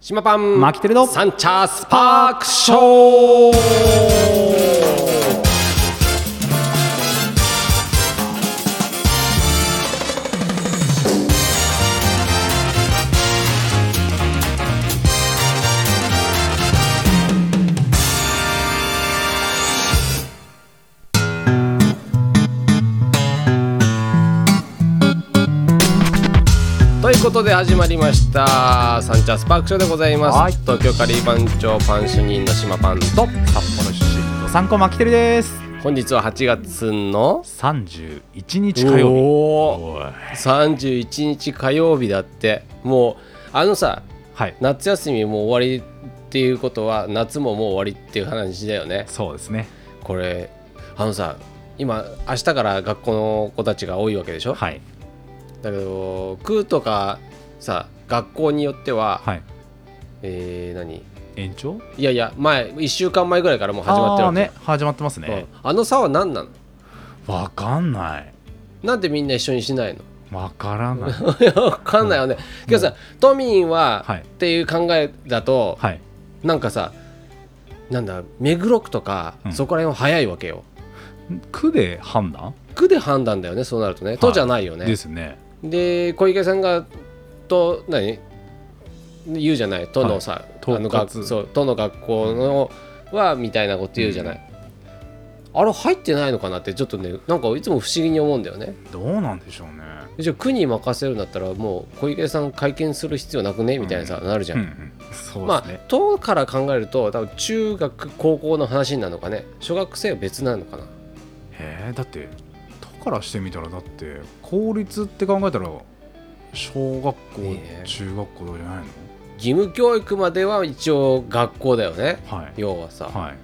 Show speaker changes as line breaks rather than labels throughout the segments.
島パン
マキテルの
サンチャースパークショーということで始まりましたサンチャースパークショーでございます、
はい
東京カリー番長パン主任の島パンと
札幌出身の参考マキテルです
本日は8月の
31日火曜日
お
おい
31日火曜日だってもうあのさ
はい
夏休みもう終わりっていうことは夏ももう終わりっていう話だよね
そうですね
これあのさ今明日から学校の子たちが多いわけでしょ、
はい
だけど区とかさ学校によっては、
はい
えー何
延長
いやいや前1週間前ぐらいからもう始まってる
あ
わ
ー
け
ね始まってますね
うんあの差は何なの
わかんない
なんでみんな一緒にしないの
わからない
いやわかんないよね、けどさ都民は、
はい
っていう考えだと、
はい
なんかさなんだ目黒区とか、
うん
そこら辺は早いわけよ
区で判断
区で判断だよねそうなるとね都じゃないよね、
ですね
で小池さんがと何言うじゃない都のさ、
はい
あの
統括
学そう都の学校のはみたいなこと言うじゃない、あれ入ってないのかなってちょっとねなんかいつも不思議に思うんだよね
どうなんでしょうね
じゃあ区に任せるんだったらもう小池さん会見する必要なくねみたいなさ、なるじゃ、
うんんうんそう
ま
で
あ
すね
都から考えると多分中学高校の話になるのかね小学生は別なのかな
へえだって都からしてみたらだって公立って考えたら小学校
ねえ
中学校とかじゃないの
義務教育までは一応学校だよね
はい
要はさ、
はい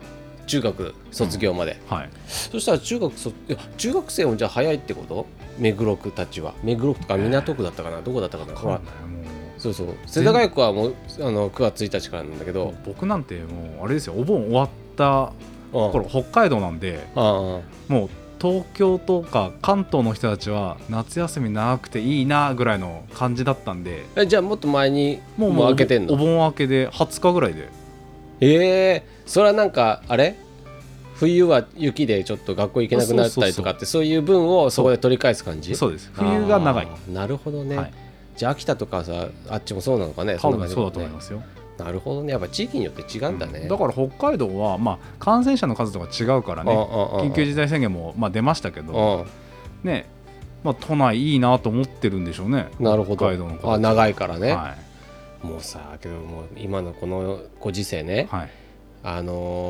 中学卒業まで、
はい
そしたら中学そいや中学生もじゃあ早いってこと目黒区たちは目黒区とか港区だったかなどこだったかな
わ
ほ
からんないもう
そうそう世田谷区はもうあの9月1日からなんだけど、
僕なんてもうあれですよお盆終わった
うん
頃北海道なんで
ああ
もう東京とか関東の人たちは夏休み長くていいなぐらいの感じだったんで
えじゃあもっと前にもう開けてんの
お盆明けで20日ぐらいで
ええそれはなんかあれ冬は雪でちょっと学校行けなくなったりとかってそういう分をそこで取り返す感じ
そうです冬が長い、
あーなるほどね、
はい、
じゃあ秋田とかさあっちもそうなのかね
多
んな
分
感じ
そうだと思いますよ
なるほどねやっぱ地域によって違うんだね、
だから北海道は、まあ、感染者の数とか違うからね緊
緊
急事態宣言も、まあ、出ましたけど、
うん
ねまあ、都内いいなと思ってるんでしょうね
なるほど
北海道の方
あ長いからね、
は
もうさけどもう今のこのご時世ね
い、、はい、
あ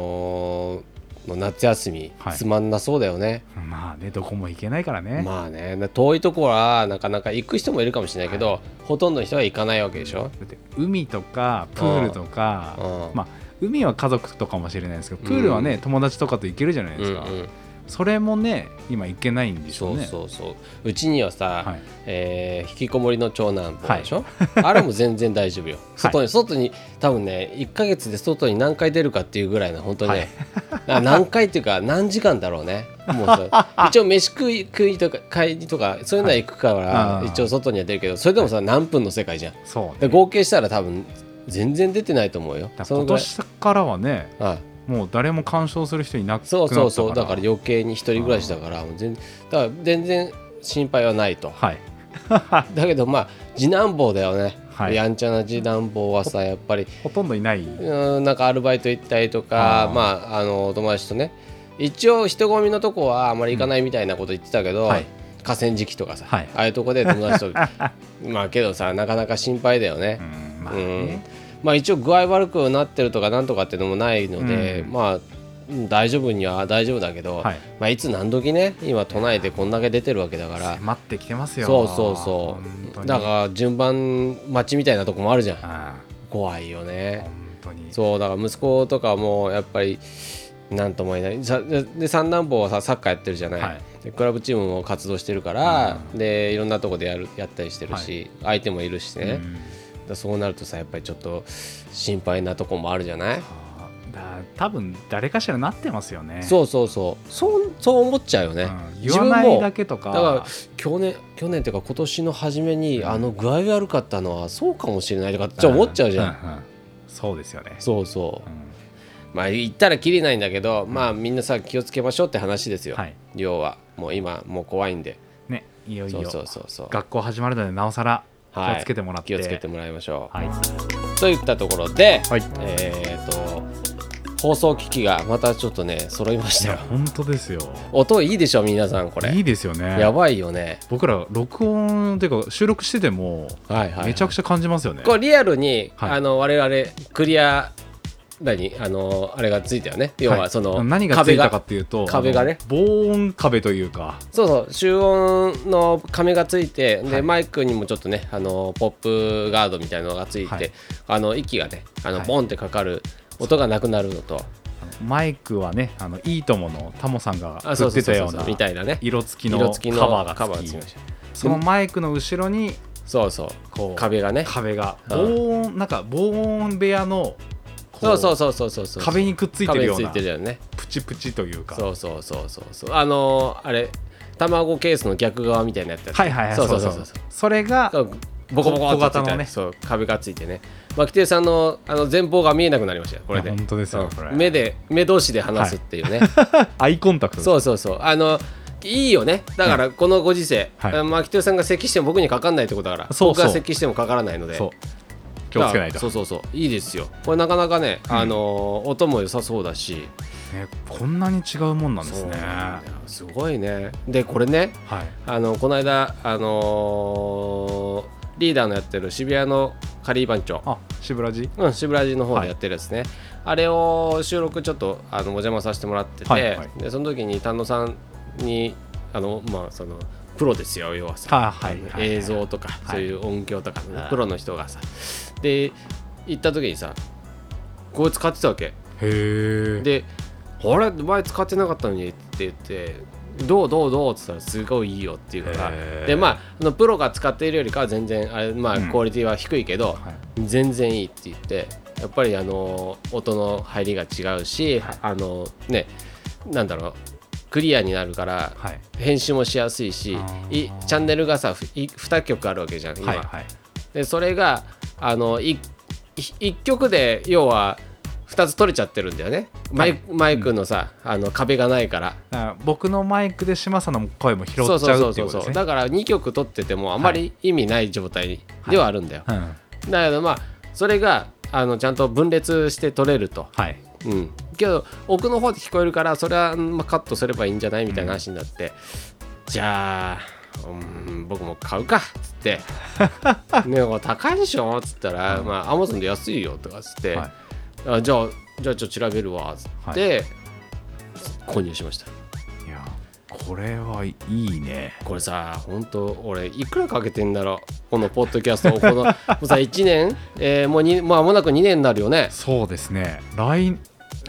のーの夏休み、
はい
つまんなそうだよね
まあねどこも行けないからね、
まあねな遠いところはなかなか行く人もいるかもしれないけど、ほとんどの人は行かないわけでしょ、
だって海とかプールとか
うん
まあ海は家族とかもしれないですけどプールはね、
う
友達とかと行けるじゃない
うん
ですか、
うん
それもね今行けないんでしょ
そうう
ね
そうそううちにはさ、
はい、
えー引きこもりの長男坊でしょ、 あれも全然大丈夫よ外に外に多分ね1ヶ月で外に何回出るかっていうぐらいの本当にね、あ何回っていうか何時間だろうねもう さ一応飯食い食いとか買いにとかそういうのは行くから、
はい
一応外には出るけどそれでもさ、何分の世界じゃん
そう
で
ね
合計したら多分全然出てないと思うよ
だか
そ
ら
の
今
ぐらい
年からはね
あ
もう誰も干渉する人いなくなったか
そう
ら
そうそうだから余計に一人暮らしだからもう全だから全然心配はないと
はい
だけどまあ次男坊だよね、
はい
やんちゃな次男坊はさやっぱり
ほとんどいないう
ーんなんかアルバイト行ったりとか
あー
まああのお友達とね一応人混みのとこはあまり行かないみたいなこと言ってたけど、
うんはい
河川敷とかさ、
はい
ああいうとこで友 達とまあけどさなかなか心配だよね
う、んま
う
あ
ん
ね
まあ一応具合悪くなってるとかなんとかっていうのもないので、
うん
まあうん大丈夫には大丈夫だけど、
はい
まあ、いつ何時ね今都内でこんだけ出てるわけだから
迫ってきてますよ
そうそうそ
本当
う
に
だから順番待ちみたいなとこもあるじゃん
あ
怖いよ
あ
ね
本当に
そうだから息子とかもやっぱりなんとも言えないさで三男坊はさサッカーやってるじゃない、
はい
でクラブチームも活動してるから、でいろんなとこでやるやったりしてるし、相手もいるし
う
ね、
ん
だそうなるとさやっぱりちょっと心配なとこもあるじゃない、
ああだ多分誰かしらなってますよね
そうそうそうそうそう思っちゃうよね、
うん言わないだけとか
だから去年去年っていうか今年の初めに、あの具合悪かったのはそうかもしれないとかちょっと思っちゃうじゃん、
んそうですよね、
そうそうう。
ん
まあ言ったらきりないんだけど、まあみんなさ気をつけましょうって話ですよ。
はい
要はもう今もう怖いんで。
ね、いよい
そうそう
よ
そうそう。
学校始まるのでなおさら気
はい
をつけてもらって、
気をつけてもらいましょ
はい、
う。といったところで、
はい
えっ、と放送機器がまたちょっとね揃いまし
い
たよ。
や本当ですよ
音いいでしょ皆さんこれ。
いいですよね
やばいよね。
僕ら録音っていうか収録してても
はいはい。
めちゃく
ち
ちゃ感じますよね、
ゃこうリアルに、
はい
あの我々クリア何あのあれがついたよね。要
は
はいその、
何がついたかっていうと
壁が
あの
ね
防音壁というか
そうそう集音の亀がついてで、
はい
マイクにもちょっとねあのポップガードみたいなのがついて、
はい
あの息がねあの、
はい
ボンってかかる音がなくなるのと
あのマイクはね「あのいいとも!」のタモさんが
あ
振ってたよう
そ
な
みたいなね
色付きの
色付きの
カバーが
カバー
つ
がつ
き
きました
そのマイクの後ろに
そうそう
こう
壁がね
壁が
う
防
ん
音なんか防音部屋の
そ
こ
うそうそうそうそうそう
壁にくっついてるよう
壁に
な
ついてるよね
プチプチというか
そうそうそうそうそうあのーあれ卵ケースの逆側みたいなやつやつ
はいはいはい
そ
そうう
そ
そうう
そ
そうう
そう
それが
そうボコボコってつ
小
いて
型
る
のね
そう壁がついてね牧亭さんのあの前方が見えなくなりましたよこれで
いや本当ですよ
うん
これ
目で目同士で話すっていうね、
アイコンタクト
そうそうそうあのいいよねだからこのご時世、
はい
あ牧亭さんが咳しても僕にかかんないってことだから
そうそう
僕が咳してもかからないので
そう気をつけない
だから
と
そうそうそういいですよこれなかなかね、あのー音も良さそうだし
ねこんなに違うもんなんです
そう
ね
なんだよすごいねでこれね
はい
あのこの間あのーリーダーのやってる渋谷のカリー番長
あ渋ラジ
うん、シブラジの方でやってるやつね、あれを収録ちょっとあのお邪魔させてもらってて、
はいはい
でその時に丹野さんにあの、まあ、そのプロですよ要はさ、
はいはいはい
映像とか、
は
そ
い
ういう音響とか、
はい
プロの人がさで行った時にさこいつ買ってたわけ
へえ
で「あれ前使ってなかったのに」って言って「どうどうどう?」って言ったら「すごいいいよ」っていうから
へー
でまああのプロが使っているよりかは全然あれ、まあ、
うん
クオリティは低いけど、
はい
全然いいって言ってやっぱりあの音の入りが違うし、
はい
あのねなんだろうクリアになるから
はい
編集もしやすいし、
あー
いチャンネルがさ2曲あるわけじゃん今、
はいはい
でそれがあのい1曲で要は2つ取れちゃってるんだよねマイ,、
はい
マイクのさ、あの壁がないから。
だから僕のマイクで島さんの声も拾っちゃ
そううそうそ
っ
うそ
てい
うう
ことですね
だから2曲取っててもあまり意味ない状態ではあるんだよ、
うん
だけどまあそれがあのちゃんと分裂して取れると、
はい
うん、けど奥の方で聞こえるからそれは、まあ、カットすればいいんじゃないみたいな話になって、じゃあ、うん、僕も買うかっつって 「ねこれ高いでしょ?」っつったら「
うん
まあアマゾンで安いよ」とかっつって、
はい
あじゃあじゃあちょっと調べるわっつって、購入しました
いやこれはいいね
これさ本当俺いくらかけてんだろうこのポッドキャストをこのもうさ1年、えーもうにもう間もなく2年になるよね
そうですね来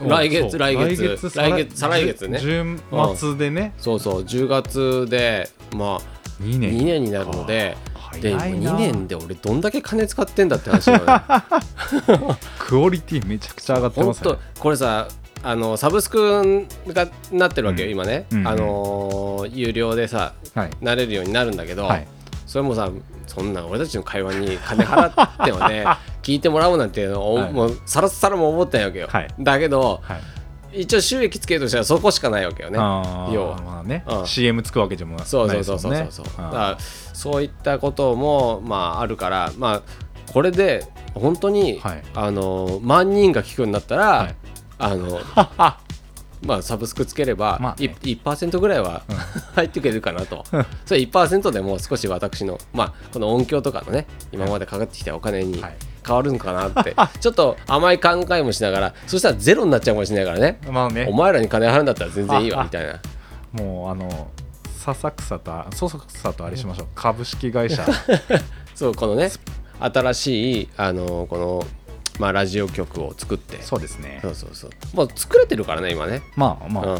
来月
そう
来月
再
来月再来月ね
順末でね
そうそう10月でまあ
2年
2年になるのでで
早いな
2年で俺どんだけ金使ってんだって話だよ ね
クオリティめちゃくちゃ上がって
本
ます
当
ね
これさあのサブスクがなってるわけよ、
うん
今ね、
うんうん
あのー有料でさ
はい
なれるようになるんだけど、
はい
それもさそんな俺たちの会話に金払っても ね聞いてもらおうなんていうのを、
はい
もうさらさらも思ってないわけよ、
はい
だけど
はい
一応収益つけるとしたらそこしかないわけよね
あー
要は
まあね
うん
CM つくわけでもないです
そ
も
うんそ
ね
うそうそうそうそう、だ
ん
からそういったこともまああるからまあこれで本当に、
はい
あの万人が聞くようになったら、
はい
あ のまあサブスクつければ、
まあね
い1%ぐらいは 入ってくれるかな と、それ1%でも少し私のまあこの音響とかのね今までかかってきたお金に
はい
変わるのかな って、ちょっと甘い考えもしながらそしたらゼロになっちゃうかもしれないからね
まあね
お前らに金払うんだったら全然いい わみたいな。
もうあの笹草と笹草とあれしましょう株式 会社
そうこのね新しいあのこの、まあ、ラジオ局を作って
そうですね
そうそうそうもう作れてるからね今ね、
まあま
うん
あ、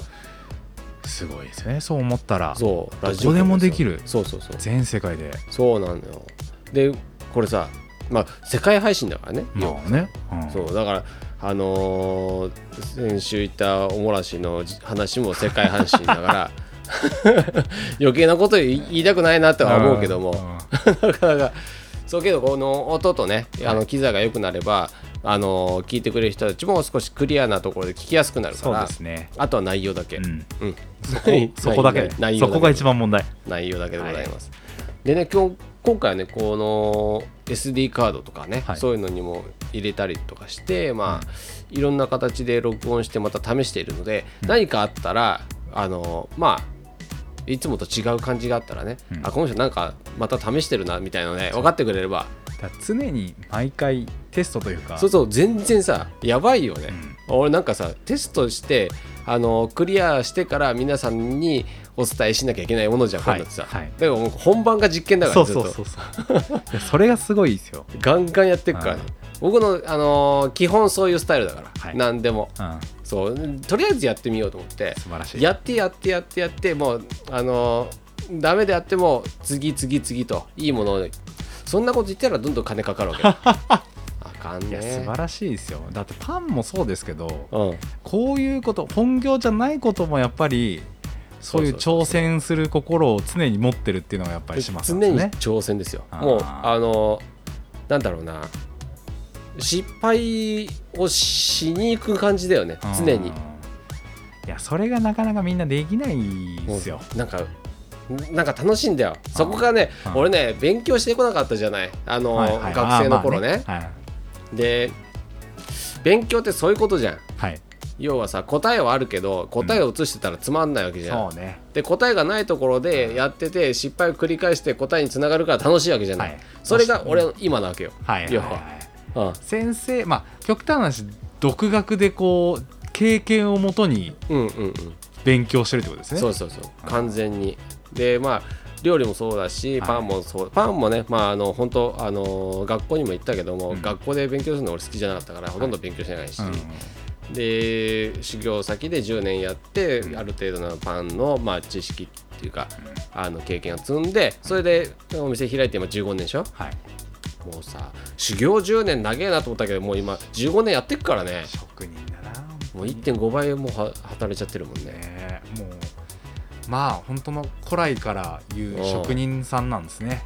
すごいですねそう思ったら
そう
どこでもできる
そうそうそう
全世界で
そうなのよでこれさまあ世界配信だからね、要
ま
は
あねうん
そうだからあのー先週言ったおもらしの話も世界配信だから 余計なこと言い言いたくないなとは思うけども
んうん
なかなかそうけどこの音とねあの機材が良くなればあの聞いてくれる人たちも少しクリアなところで聞きやすくなるか
そう
ら
ですね
あとは内容だけ、
うん
うん
そ こ
内
そこだけ
内容
そ
だけ
こが一番問題
内容だけでございます。でね今日今回はねこの SD カードとかね、
はい
そういうのにも入れたりとかしてまあ、いろんな形で録音してまた試しているので、
うん
何かあったらあのまあいつもと違う感じがあったらね、
うん
あこの人なんかまた試してるなみたいなのね分かってくれれば
だから常に毎回テストというか
そうそう全然さやばいよね、
うん
俺なんかさテストしてあのクリアしてから皆さんにお伝えしなきゃいけないものじゃん、
はい
今度ってさ、
はい
だからもう本番が実験だから
そう
ずっ
そ
と
うそうそういやそれがすごいですよ、
ガンガンやっていくから、
うん
僕の、あのー基本そういうスタイルだから、
はい
何でも
うん、
そうとりあえずやってみようと思って
素晴らしい
やってやってやってやってもうあのーダメであっても次次次といいものをそんなこと言ったらどんどん金かかるわ けあかん
い
ね
や素晴らしいですよだってパンもそうですけど
うん、
こういうこと本業じゃないこともやっぱりそういう
そうそうそう
挑戦する心を常に持ってるっていうのがやっぱりします
常
ね
に挑戦ですよ
あー
もうあのなんだろうな失敗をしに行く感じだよね
うん
常に
いやそれがなかなかみんなできないですよ
なんかなんか楽しいんだよそこがね
うん
俺ね勉強してこなかったじゃないあの、
はいはい
学生の頃ね
あーまあね
で勉強ってそういうことじゃん
はい、はい
要はさ答えはあるけど答えを移してたらつまんないわけじゃん、
そうね
で答えがないところでやってて失敗を繰り返して答えにつながるから楽しいわけじゃない、
はい
それが俺の今なわけよ、
はいはい、
要
は、
はいうん
先生まあ極端な話独学でこう経験をもとに
うんうんうん
勉強してるってことですね
そうそうそう完全にでまあ料理もそうだし
はい
パンもそう、パンもねまああの本当あの学校にも行ったけども、
うん
学校で勉強するの俺好きじゃなかったからほとんど勉強してないし、
うん
で修行先で10年やって、
うん
ある程度のパンの、まあ、知識っていうかあの経験を積んでそれでお店開いて今15年でしょ
はい
もうさ修行10年長えなと思ったけどもう今15年やってくからね
職人だな本当
もう
に
1.5倍もは働いちゃってるもんね
ねもうまあ本当の古来から
う
言うん職人さんなんですね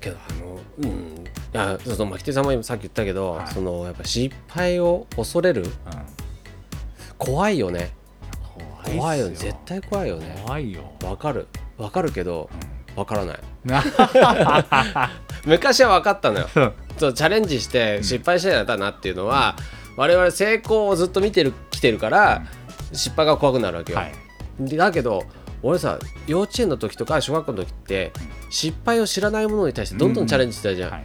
けどあのうんいやその牧手さんも今さっき言ったけど、
はい
そのやっぱ失敗を恐れる
うん
怖いよね
怖っす
怖いよね絶対怖いよね
怖いよ、
わかるわかるけどわからない
うん な
昔は分かったのよ
うん
そうチャレンジして失敗しないんだなっていうのは、我々成功をずっと見てるきてるから、失敗が怖くなるわけよ、
はい
でだけど俺さ幼稚園の時とか小学校の時って失敗を知らないものに対してどんどんチャレンジしてたじゃん、
はい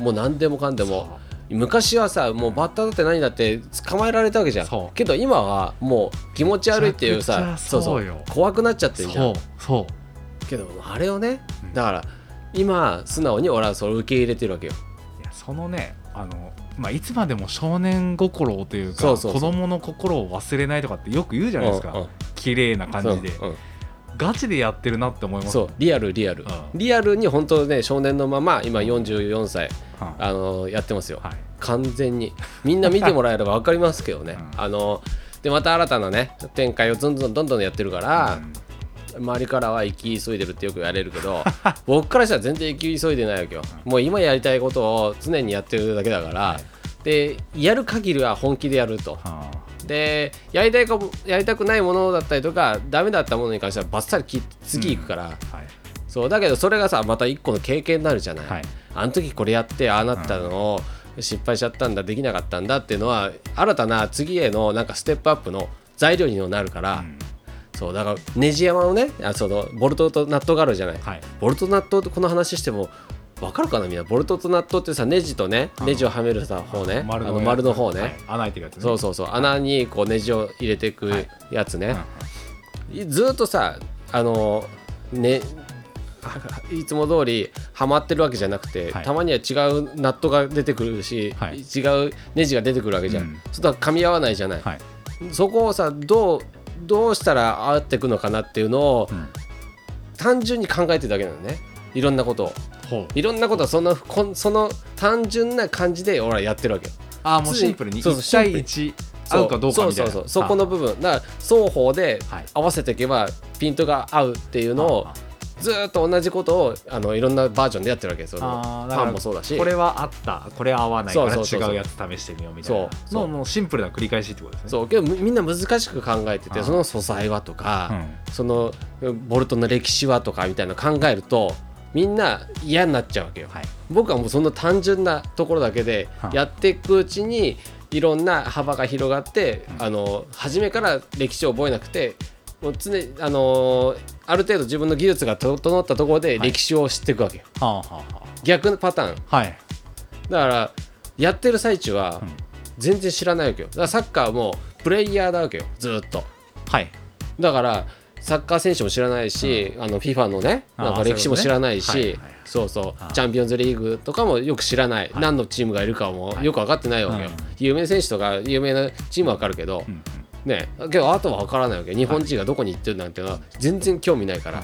もう何でもかんでも昔はさもうバッターだって何だって捕まえられたわけじゃん
そう
けど今はもう気持ち悪いっていう
めち
さ
ゃくちゃそうよ
怖くなっちゃってるじゃ
そ
ん
うそ
けどあれをね
うん
だから今素直に俺はそれを受け入れてるわけよ
ういやそのねあのまあ、いつまでも少年心というか
そうそうそう
子供の心を忘れないとかってよく言うじゃないですか、
うんうん
綺麗な感じで、
そう,、
ガチでやってるなって思い
うん
ます
そうリアルリアル、
うん
リアルに本当ね少年のまま今44歳
はい
あのやってますよ、
はい
完全にみんな見てもらえれば分かりますけどね、
うん
あのでまた新たなね展開をどんどんどんどんやってるから
う、ん
周りからは行き急いでるってよく言われるけど 僕からしたら全然行き急いでないわけよもう今やりたいことを常にやってるだけだから、でやる限りは本気でやると
はあ
でやりたいかもやりたくないものだったりとかダメだったものに関してはバッサリ切って次行くから、
はい
そうだけどそれがさまた一個の経験になるじゃない、
はい
あの時これやってああなったのを失敗しちゃったんだできなかったんだっていうのは新たな次へのなんかステップアップの材料にもなるから、
うん
そうだからネジ山のねあそのボルトとナットがあるじゃない、
はい
ボルトとナットってこの話しても分かるかなみんなボルトとナットってさネジとね
うん
ネジをはめるさ方ねあ
やつ
の丸の方ね、
はい穴開いてるやつね
そうそうそう穴にこうネジを入れてい
は
く
い
やつね、
うんうん
ずっとさあのねいつも通りはまってるわけじゃなくて、
はい
たまには違うナットが出てくるし、
はい
違うネジが出てくるわけじゃん、
うん
そしたら噛み合わないじゃない、
はい
そこをさどうどうしたら合っていくのかなっていうのを
うん
単純に考えてるだけなのねいろんなことを
ほう
いろんなことはそんなこんその単純な感じで俺はやってるわけよ
ああもうシンプルに
そうそう
1対
シンプル
1
そう
合うかどうかみた
そうそ
いな
うそうそこの部分だから双方で
はい
合わせていけばピントが合うっていうのを
あ
ずーっと同じことをあのいろんなバージョンでやってるわけですよ
あーだから
パンもそうだし
これはあったこれは合わないから
そうそうそうそう
違うやつ試してみようみたい
そう
な
そう
のをもうシンプルな繰り返しってことですね
そうけどみみんな難しく考えて
あ
て
ー
その素材はとか、
うん
そのボルトの歴史はとかみたいなの考えるとみんな嫌になっちゃうわけよ、
はい
僕はもうその単純なところだけで
はあ
やっていくうちにいろんな幅が広がってあの初めから歴史を覚えなくてもう常にあのある程度自分の技術が整ったところで
はい
歴史を知っていくわけよ、
はあはあは
逆のパターン
あはい
だからやってる最中は
うん
全然知らないわけよだからサッカーもプレイヤーだわけよずーっと
はい
だからサッカー選手も知らないし、あの FIFA のね
あー
なんか歴史も知らない
そうい
し
うことねはいはいはい
そうそう
あー
チャンピオンズリーグとかもよく知らない、何のチームがいるかもよく分かってないわけよ、
うん
有名選手とか有名なチームは分かるけど、
うんうん
ねけどあとは分からないわけ日本人がどこに行ってるなんていうのは全然興味ないから、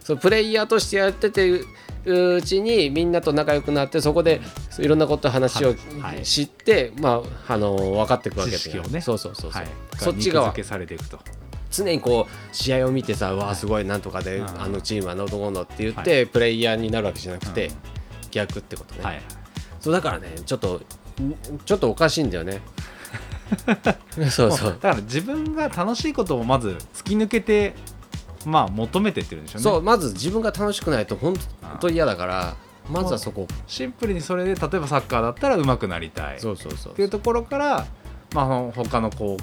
そうプレイヤーとしてやっててううちにみんなと仲良くなってそこでいろんなこと話を
はいはい
知って、まああの分かっていくわけ
知
です
識
よ
をね
そうそうそうそう、
はい
そっち側
肉付けされていくと
常にこう試合を見てさ、うわあすごいなんとかで、
うん
あのチームはどうのどうのって言って、プレイヤーになるわけじゃなくて、
うん
逆ってことね、
はい
そうだからねちょっとんちょっとおかしいんだ よねそうそ
もう
う
だから自分が楽しいことをまず突き抜けてまあ求めてってるんでしょうね
そうまず自分が楽しくないと本当嫌だからまずはそこ
シンプルにそれで例えばサッカーだったら上手くなりたいっ
うそうそう
ていうところから、まああの、他のこう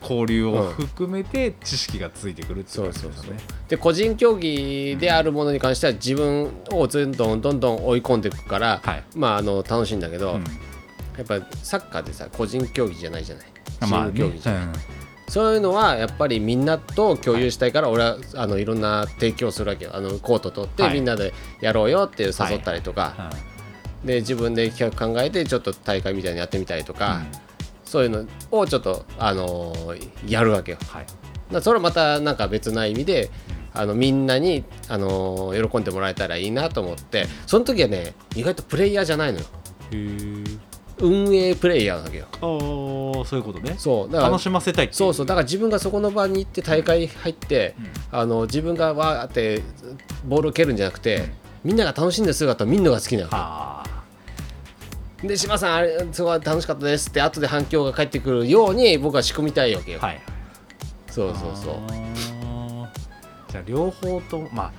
交流を含めて知識がついてくるってい
そう
うことで
そう
す
そう
ね。
で個人競技であるものに関しては自分をどんどんどんどん追い込んでいくから、
はい
まああの楽しいんだけど、
うん
やっぱサッカーでさ個人競技じゃないじゃないチ
ま
ー
あ
ム
ね
競技じゃない、そういうのはやっぱりみんなと共有したいから俺はあのいろんな提供するわけよあのコート取って
はい
みんなでやろうよっていう誘ったりとか、
うんうん
で自分で企画考えてちょっと大会みたいにやってみたりとか、
うん
そういうのをちょっと、あのーやるわけよ。だか
はい
らそれはまたなんか別な意味であのみんなに、あのー喜んでもらえたらいいなと思ってその時はね意外とプレイヤーじゃないのよ運営プレイヤーなわけよ。
おーそういうことね
そうだから
楽しませたいってい
そうそうだから自分がそこの場に行って大会入って、
うん
あの自分がわーってボールを蹴るんじゃなくて、みんなが楽しんでる姿を見るのが好きなの
あ
で島さんあれすごい楽しかったですって後で反響が返ってくるように僕は仕組みたいわけよ、
ーはい
そうそうそう
あーじゃあ両方ともまあ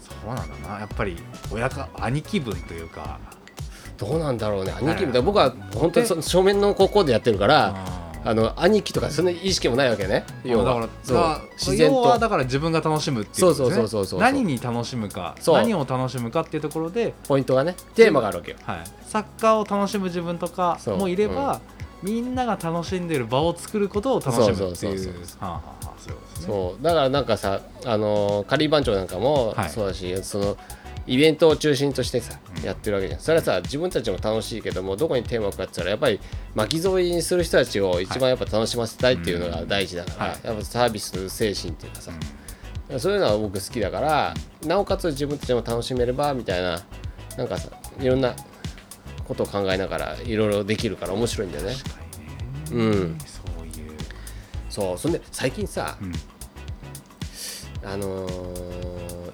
そうなんだなやっぱり親か兄貴分というか
どうなんだろうね
い
兄貴みたいな僕は本当にその正面の高校でやってるから
あ
あの兄貴とかそんな意識もないわけね要は
だから
そ
だ
う
から
自然
要は
と
だから自分が楽しむっていうことで
そうそう
すね
そうそうそう
何に楽しむか
そう
何を楽しむかっていうところで、
ポイントがねテーマがあるわけよ
はい、サッカーを楽しむ自分とか
そう
もいれば、みんなが楽しんでる場を作ることを楽しむって
そうそう
い
そうう
はあはあはあそういうことですね
そうだからなんかさ、あのーカリー番長なんかも
はい
そうだし、そのイベントを中心としてさ、やってるわけじゃんそれはさ自分たちも楽しいけどもどこにテーマを置くかって言ったらやっぱり巻き添えにする人たちを一番やっぱ楽しませたいっていうのが大事だから、
はい
やっぱサービス精神っていうかさ、そういうのは僕好きだからなおかつ自分たちも楽しめればみたいななんかさいろんなことを考えながらいろいろできるから面白いんだよね。
確かにね、
うん
そういう、
そうそんで最近さ、
うん
あのー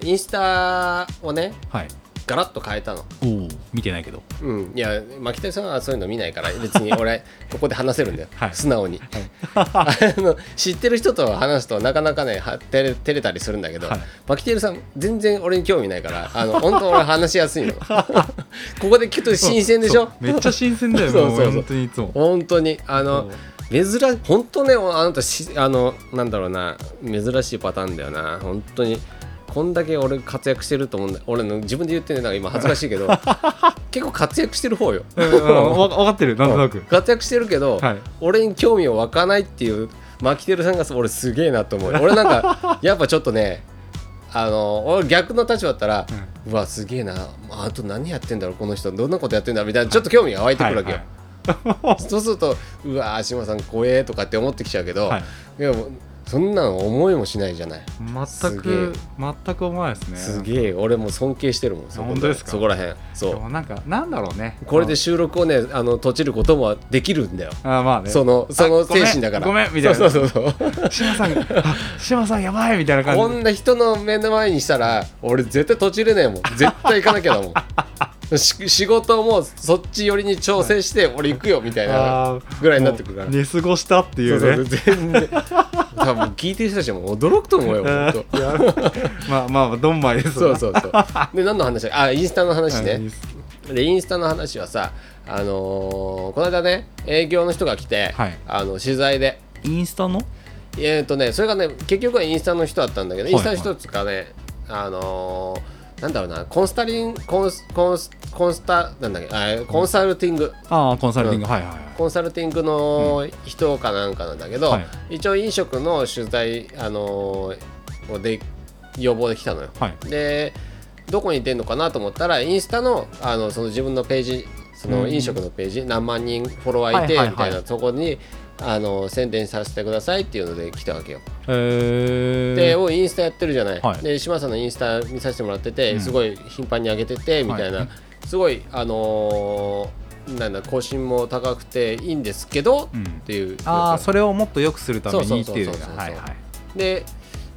インスタをね
はい
ガラッと変えたの、
おお見てないけど
うん、いや牧谷さんはそういうの見ないから別に俺 ここで話せるんだよ、
はい
素直に あの知ってる人と話すとなかなかねは照れ照れたりするんだけど、
はい
牧谷さん全然俺に興味ないからあの本当俺話しやすいの ここで聞くと新鮮でしょ
そうめっちゃ新鮮だ よ
そう
もう
そうそう
本当にいつも
本当にあの珍し本当ねあなたしあのなんだろうな珍しいパターンだよな本当にこんだけ俺活躍してると思うんだ俺の自分で言ってねなんか今恥ずかしい けど結構活躍してる方よ
うんうんわ分かってるなんとなく
活躍してるけど、
はい
俺に興味を湧かないっていうマキテルさんが俺すげえなと 思う俺なんかやっぱちょっとねあの俺逆の立場だったら、うわすげえなあと何やってんだろうこの人どんなことやってんだみたいなちょっと興味が湧いてくるわけよ、
はい
そうするとうわー島さん怖えとかって思ってきちゃうけど、
はい
でもそんなん思いもしないじゃない
全く全く思わないですね
すげえ俺も尊敬してるもんそこ
本当ですか
そこらへん
で
そ
もなんかなんだろうね
うこれで収録をねあの閉じることもできるんだよ
あまあね
そのそ
あ
の
ごめ
精
ん
神だから
ごめんみたいな
そうそうそうそう
志麻さんあ志麻さんやばいみたいな
こ
感じ
んな人の目の前にしたら俺絶対閉じれねえもん絶対行かなきゃだも んし仕事もそっち寄りに調整して俺行くよみたいな
あー
ぐらいになってくるから
もう寝過ごしたってい
そううそうそう
ね
全然多分聞いてる人たちも驚くと思うよ本当
あーいやまあまあどんまいです
そう
う
そうそうで何の話だあインスタの話ねでインスタの話はさあのーこの間ね営業の人が来て、
はい
あの取材で
インスタの
えっ、とねそれがね結局はインスタの人だったんだけど、
はいはい
インスタの人とかねあのーなんだろうなコンスタリンコンスコンスコンスタなんだっけあえコンサルティング
ああコンサルティング、
う
はいはいはい
コンサルティングの人かなんかなんだけど、
はい
一応飲食の取材、あのーで要望できたのよ。
はい
でどこに出るのかなと思ったらインスタのあのその自分のページそうの
ん
飲食のページ、何万人フォロワーいてみ
は
た
い
い
は
な、
いはい
そこにあの宣伝させてくださいっていうので来たわけよ。
えー、
でおインスタやってるじゃない、
はい
で島さんのインスタ見させてもらってて、
うん
すごい頻繁に上げててみたいな、
はい
すごいあのーなんだ更新も高くていいんですけど、
うん
っていう
ああそれをもっと良くするためにっていう
そうそうそうそうそう
はいはい
で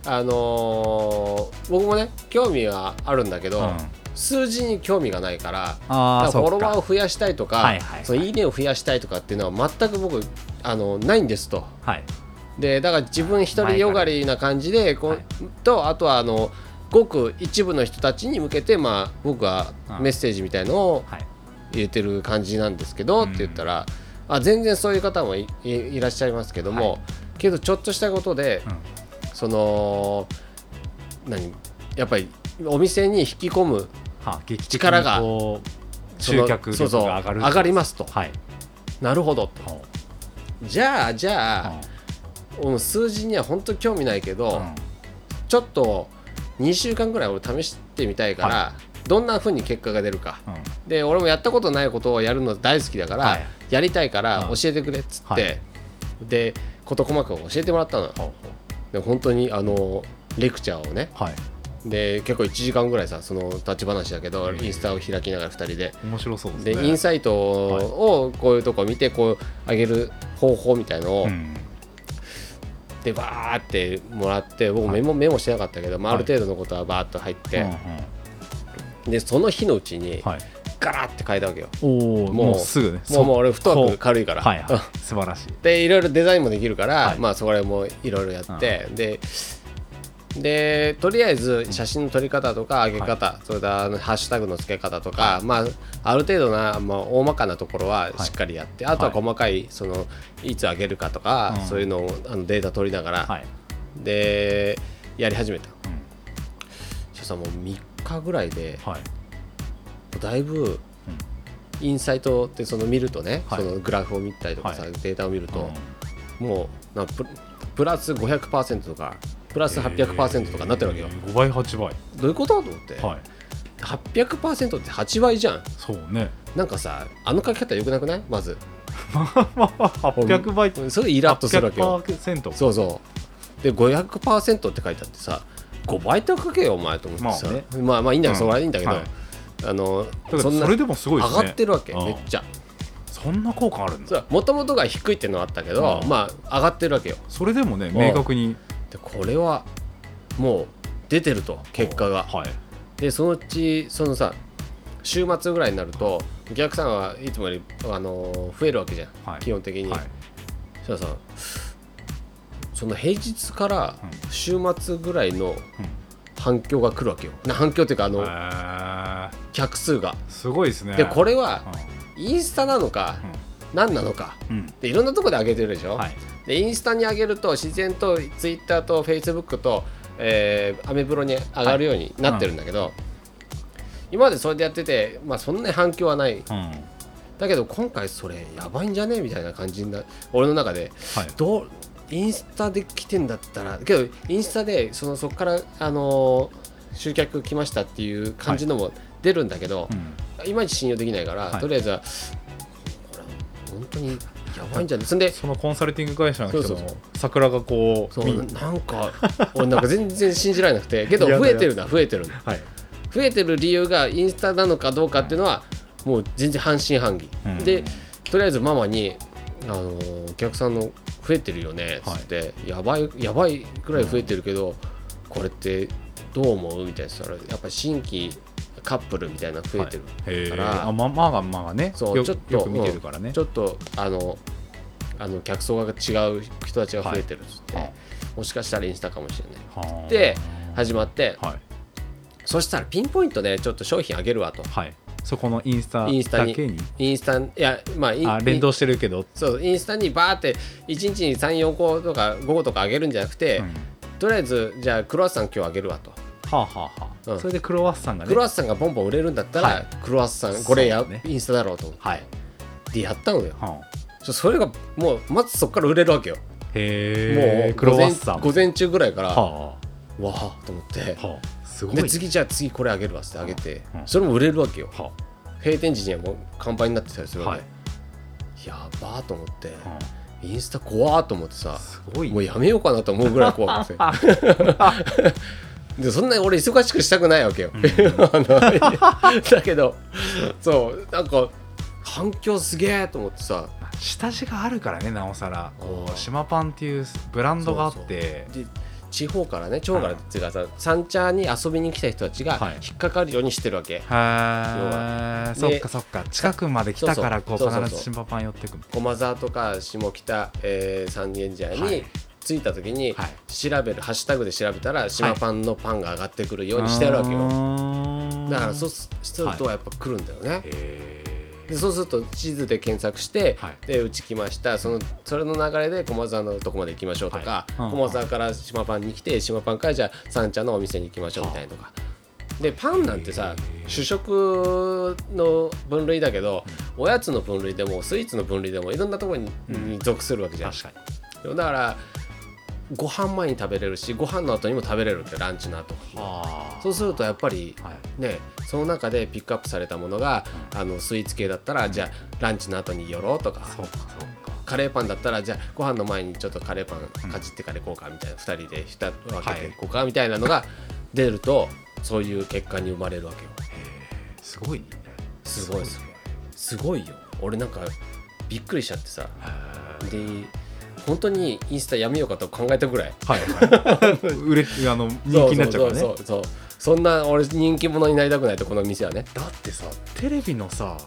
あのー僕もね興味はあるんだけど、
うん
数字に興味がないからだ
あ
から
あそ
フォロ
う
ワー
か
を増やしたいとか、
はい
い
はい
そのいいねを増やしたいとかっていうのは全く僕あのないんですと
はい
でだから自分一人よがりな感じでこう、
はい
とあとはあのごく一部の人たちに向けて、まあ、僕は
うん
メッセージみたいのを
はい
入れてる感じなんですけど、
うん
って言ったらあ全然そういう方もいいいらっしゃいますけども、
はい
けどちょっとしたことで、
うん
その何やっぱりお店に引き込む
はあ劇的に
力が
こう
その
集客
そう
力
そう
が上がる
上がりますと
はい
なるほど
は
じゃあじゃあ
あ、
うん数字には本当興味ないけど、
うん
ちょっと2週間ぐらい俺試してみたいから、どんな風に結果が出るか
うん
で俺もやったことないことをやるの大好きだから、
はい
やりたいから
うん
教えてくれっつって、
はい
で事細かく教えてもらったのよで本当にあのレクチャーをね
はい
で結構1時間ぐらいさその立ち話だけど
へえ
インスタを開きながら2人で
面白そうです
で
ね
インサイトをこういうとこ見てこう上げる方法みたいのを、
うん
でバーってもらって僕メモ,、メモしてなかったけど、まあ、あ
はい
る程度のことはバーっと入って、
うんうん
でその日のうちに
はい
ガラッて変えたわけよ、
お
も
お
う
もうすぐね
もうもう俺
太
太く軽いから、
はいはい素晴らしい
でいろいろデザインもできるから、
はい
まあそれもいろいろやって、ででとりあえず写真の撮り方とか上げ方、それからあのハッシュタグの付け方とか、まあ、ある程度な、まあ、大まかなところはしっかりやって、あとは細かいそのいつ上げるかとか、
うん
そういうのをあのデータ取りながら、
はい
でやり始めた
うん
所さんもう3日ぐらいで
はい
だいぶインサイトってその見るとね、
はい
そのグラフを見たりとかさ、
はい
データを見ると、
う
もうなププラス500%とかプラス800%とかなってるわけよ、
えー5倍8倍
どういうことと思って、
はい
800%って8倍じゃん
そうね
なんかさあの書き方よくなくないまず
800倍
それイラッとするわけよ
800%
そうそうで500%って書いてあってさ5倍って書けよお前と思ってさ、
まあね
まあまあいいんだけど、
うん
それはいいんだけど、
はい
あの
だから
そんな
それでもすご
上
いですね
がってるわけ、
うん
めっちゃ
そんな効果あるんだ
もともとが低いってのはあったけど、
うん
まあ上がってるわけよ
それでもね明確に
でこれはもう出てると結果が
はい
でそのうちそのさ週末ぐらいになるとお客さんはいつもより、あのー増えるわけじゃん、
はい
基本的に、
はい
そしたらさその平日から
う
週末ぐらいの反響が来るわけよな反響っていうかあの
へー
客数が
すごいですね
でこれはインスタなのか何なのか
うんうん
でいろんなところで上げてるでしょ、
はい
でインスタに上げると自然とツイッターとフェイスブックと、えーアメブロに上がるようになってるんだけど、今までそれでやってて、まあ、そんなに反響はない
うんはい
だけど今回それやばいんじゃねみたいな感じにな俺の中でどうインスタで来てんだったらけどインスタでそのそこから、あのー集客来ましたっていう感じのも出るんだけど、
うん
いまいち信用できないから、
はい
とりあえずはこれ本当にやばいんじゃないそんで
そのコンサルティング会社の人
そうそう
も桜がこう
そ
見
う
に
なんか俺なんか全然信じられなく てけど
いや
増えてるな増えてるな
はい
増えてる理由がインスタなのかどうかっていうのはもう全然半信半疑、
うん
でとりあえずママに「あのーお客さんの増えてるよね」っつって、やばいやばいくらい増えてるけど、これってどう思う?」みたいなそれやっぱり新規カップルみたいなの増えてる、
へ
か
え
ら
あままあがまあがね
そう
よ
ちょっと
よく見てるからね
ちょっとあのあの客層が違う人たちが増えてるっつって、
はい
もしかしたらインスタかもしれない
はあ
で始まって、
はい
そしたらピンポイントでちょっと商品あげるわと
はいそこのインスタ
インスタ
だ
に
けに
インスタいやまあイン
あ連動してるけど
そうインスタにバーって1日に34個とか5個とかあげるんじゃなくて、
うん
とりあえずじゃあクロワッサン今日あげるわと、
はあはあはあ
うん
それでクロワッサンがね
クロワッサンがボンボン売れるんだったら、
はい
クロワッサンこれや、
そうね
インスタだろうと思って、
はい
でやったのよ
はあ
ちょそれがもうまずそこから売れるわけよ、
へ
も
え
う
クロワッサン
午前午前中ぐらいから、
は
わあと思って
あはあすごい
で次じゃあ次これあげるわっつってあげて、
うん
それも売れるわけよ
は
閉店時にはもう完売になってたりす
あ
るわ
は
け、
い
やばーと思って、
は
インスタ怖ーと思ってさ
あすごい
もうやめようかなと思うぐらい怖かったです よでそんなに俺忙しくしたくないわけよ、
うん
あの だけどそうなんか反響すげえと思ってさ
下地があるからねなおさらこ
うん
う島パンっていうブランドがあって
で地方からね地方からっていうかさ三茶に遊びに来た人たちが
はい
引っかかるようにしてるわけ、
はあ
要は
そっかそっか近くまで来たからこ
そうそうそ
う
う
必ず島パン寄ってくる
駒沢とか下北、えー三軒茶屋
は
に
い
着いた時に、
はい
調べるハッシュタグで調べたら島パンのパンが上がってくるようにしてあるわけよ、
よ
だからそうするとやっぱ来るんだよね、で
へ
そうすると地図で検索して、
はい
でうち来ましたそのそれの流れで駒沢のとこまで行きましょうとか、
はいうん
駒沢から島パンに来て島パンからじゃあ三茶のお店に行きましょうみたいなとか。でパンなんてさ
へー
主食の分類だけど、おやつの分類でもスイーツの分類でもいろんなところに,、
うん
に属するわけじゃん
確かに
だからご飯前に食べれるしご飯の後にも食べれるってランチの後
あ
そうするとやっぱり
はい
ね、その中でピックアップされたものが、あのスイーツ系だったらじゃあランチの後に寄ろうとか
そうかそうか
カレーパンだったらじゃあご飯の前にちょっとカレーパンかじってから行こうかみたいな、二2人で2分けていこうかみたいなのが出ると、そういう結果に生まれるわけよ
すごいね
すごいすごいすごいよ俺なんかびっくりしちゃってさで本当にインスタやめようかと考えたぐらい
はいはい 売れあの人気になっちゃうからね
そうそうそうそうそんな俺人気者になりたくないとこの店はね
だってさテレビのさ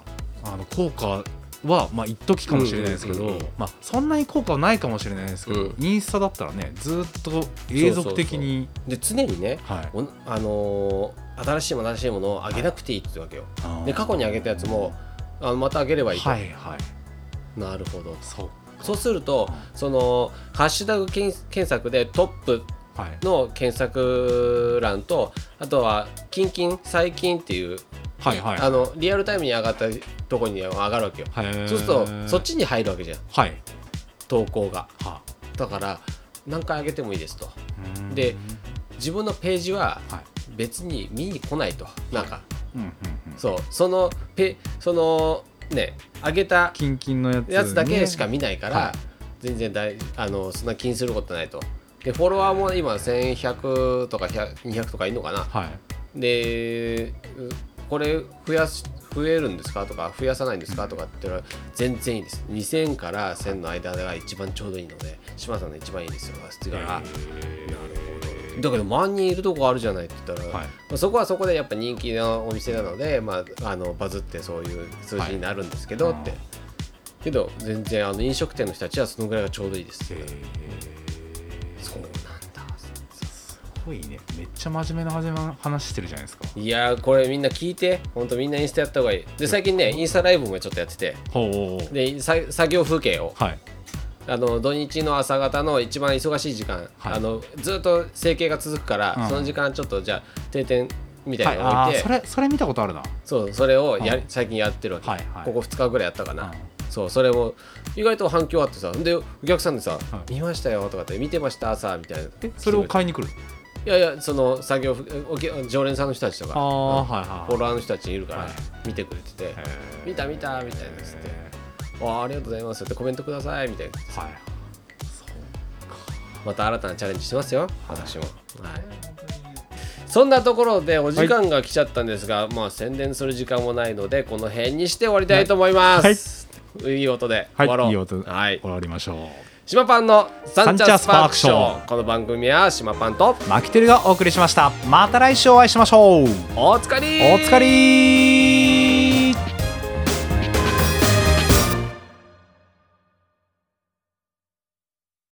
あの効果はまあ一時かもしれないですけど、
うんうんうんうん
まあ、そんなに効果はないかもしれないですけど、
うん
インスタだったらねずっと永続的に
で常にね
はい
おあのー新しいもの新しいものを上げなくていいってわけよ、
あー
で過去に上げたやつもあのまた上げればいいと、
はいはい
なるほど
そう
そうするとそのハッシュタグ検検索でトップ
はい
の検索欄とあとは「近々最近」っていう、
はいはい
あのリアルタイムに上がったとこに上がるわけよ
へー
そうするとそっちに入るわけじゃん
はい
投稿が
は
だから何回上げてもいいですと
うーん
で自分のページは
はい
別に見に来ないとなんか
うんうんうん
そうそのペそのね上げた
キンキンのやつに
やつだけしか見ないから、
は
全然大あのそんな気にすることないとでフォロワーも今1100とか100 200とかいるのかな
はい
でうこれ増やす増えるんですかとか増やさないんですかとかって言ったら全然いいです2000から1000の間が一番ちょうどいいので島さんの一番いいですよって言うから、だけど万人いるとこあるじゃないって言ったら、
はい
まあそこはそこでやっぱ人気のお店なので、まあ、あのバズってそういう数字になるんですけど
はい
って、
あ
けど全然あの飲食店の人たちはそのぐらいがちょうどいいです、
へー
そうなんだ
すごいねめっちゃ真面目な始ま話してるじゃないですか
いやーこれみんな聞いて本当みんなインスタやった方がいいで最近ねインスタライブもちょっとやってて
ほうほうほう
でさ作業風景を
はい
あの土日の朝方の一番忙しい時間、
はい
あのずっと整形が続くから、
うん
その時間ちょっとじゃあ定点みた
はいい
なのを
あ
置いて、
ーそれそれ見たことあるな
そうそれをやり
うん
最近やってるわけ、
はいはい
ここ2日ぐらいやったかな、
う
そうそれも意外と反響あってさでお客さんでさ、
い
見ましたよ」とかって「見てました朝」みたいな
えそれを買いに来る
いやいやその作業服お客常連さんの人たちとか
あー
うん
はいはいはい
フォロワーの人たちいるから
はい
見てくれてて「見た見た」みたいなっつってあありがとうございますってコメントくださいみたいな
はいそうか
また新たなチャレンジしますよ私も、はい、そんなところでお時間が来ちゃったんですが、まあ宣伝する時間もないのでこの辺にして終わりたいと思います、い、い音で終わろう、
はいいい音で
はい
終わりましょ
島パンのサンチャスパークショ
サンチャスパーク
ー
シ
この番組は島パンと
うマキテルがお送りしましたまた来週お会いしましょう
おつかり
お疲れ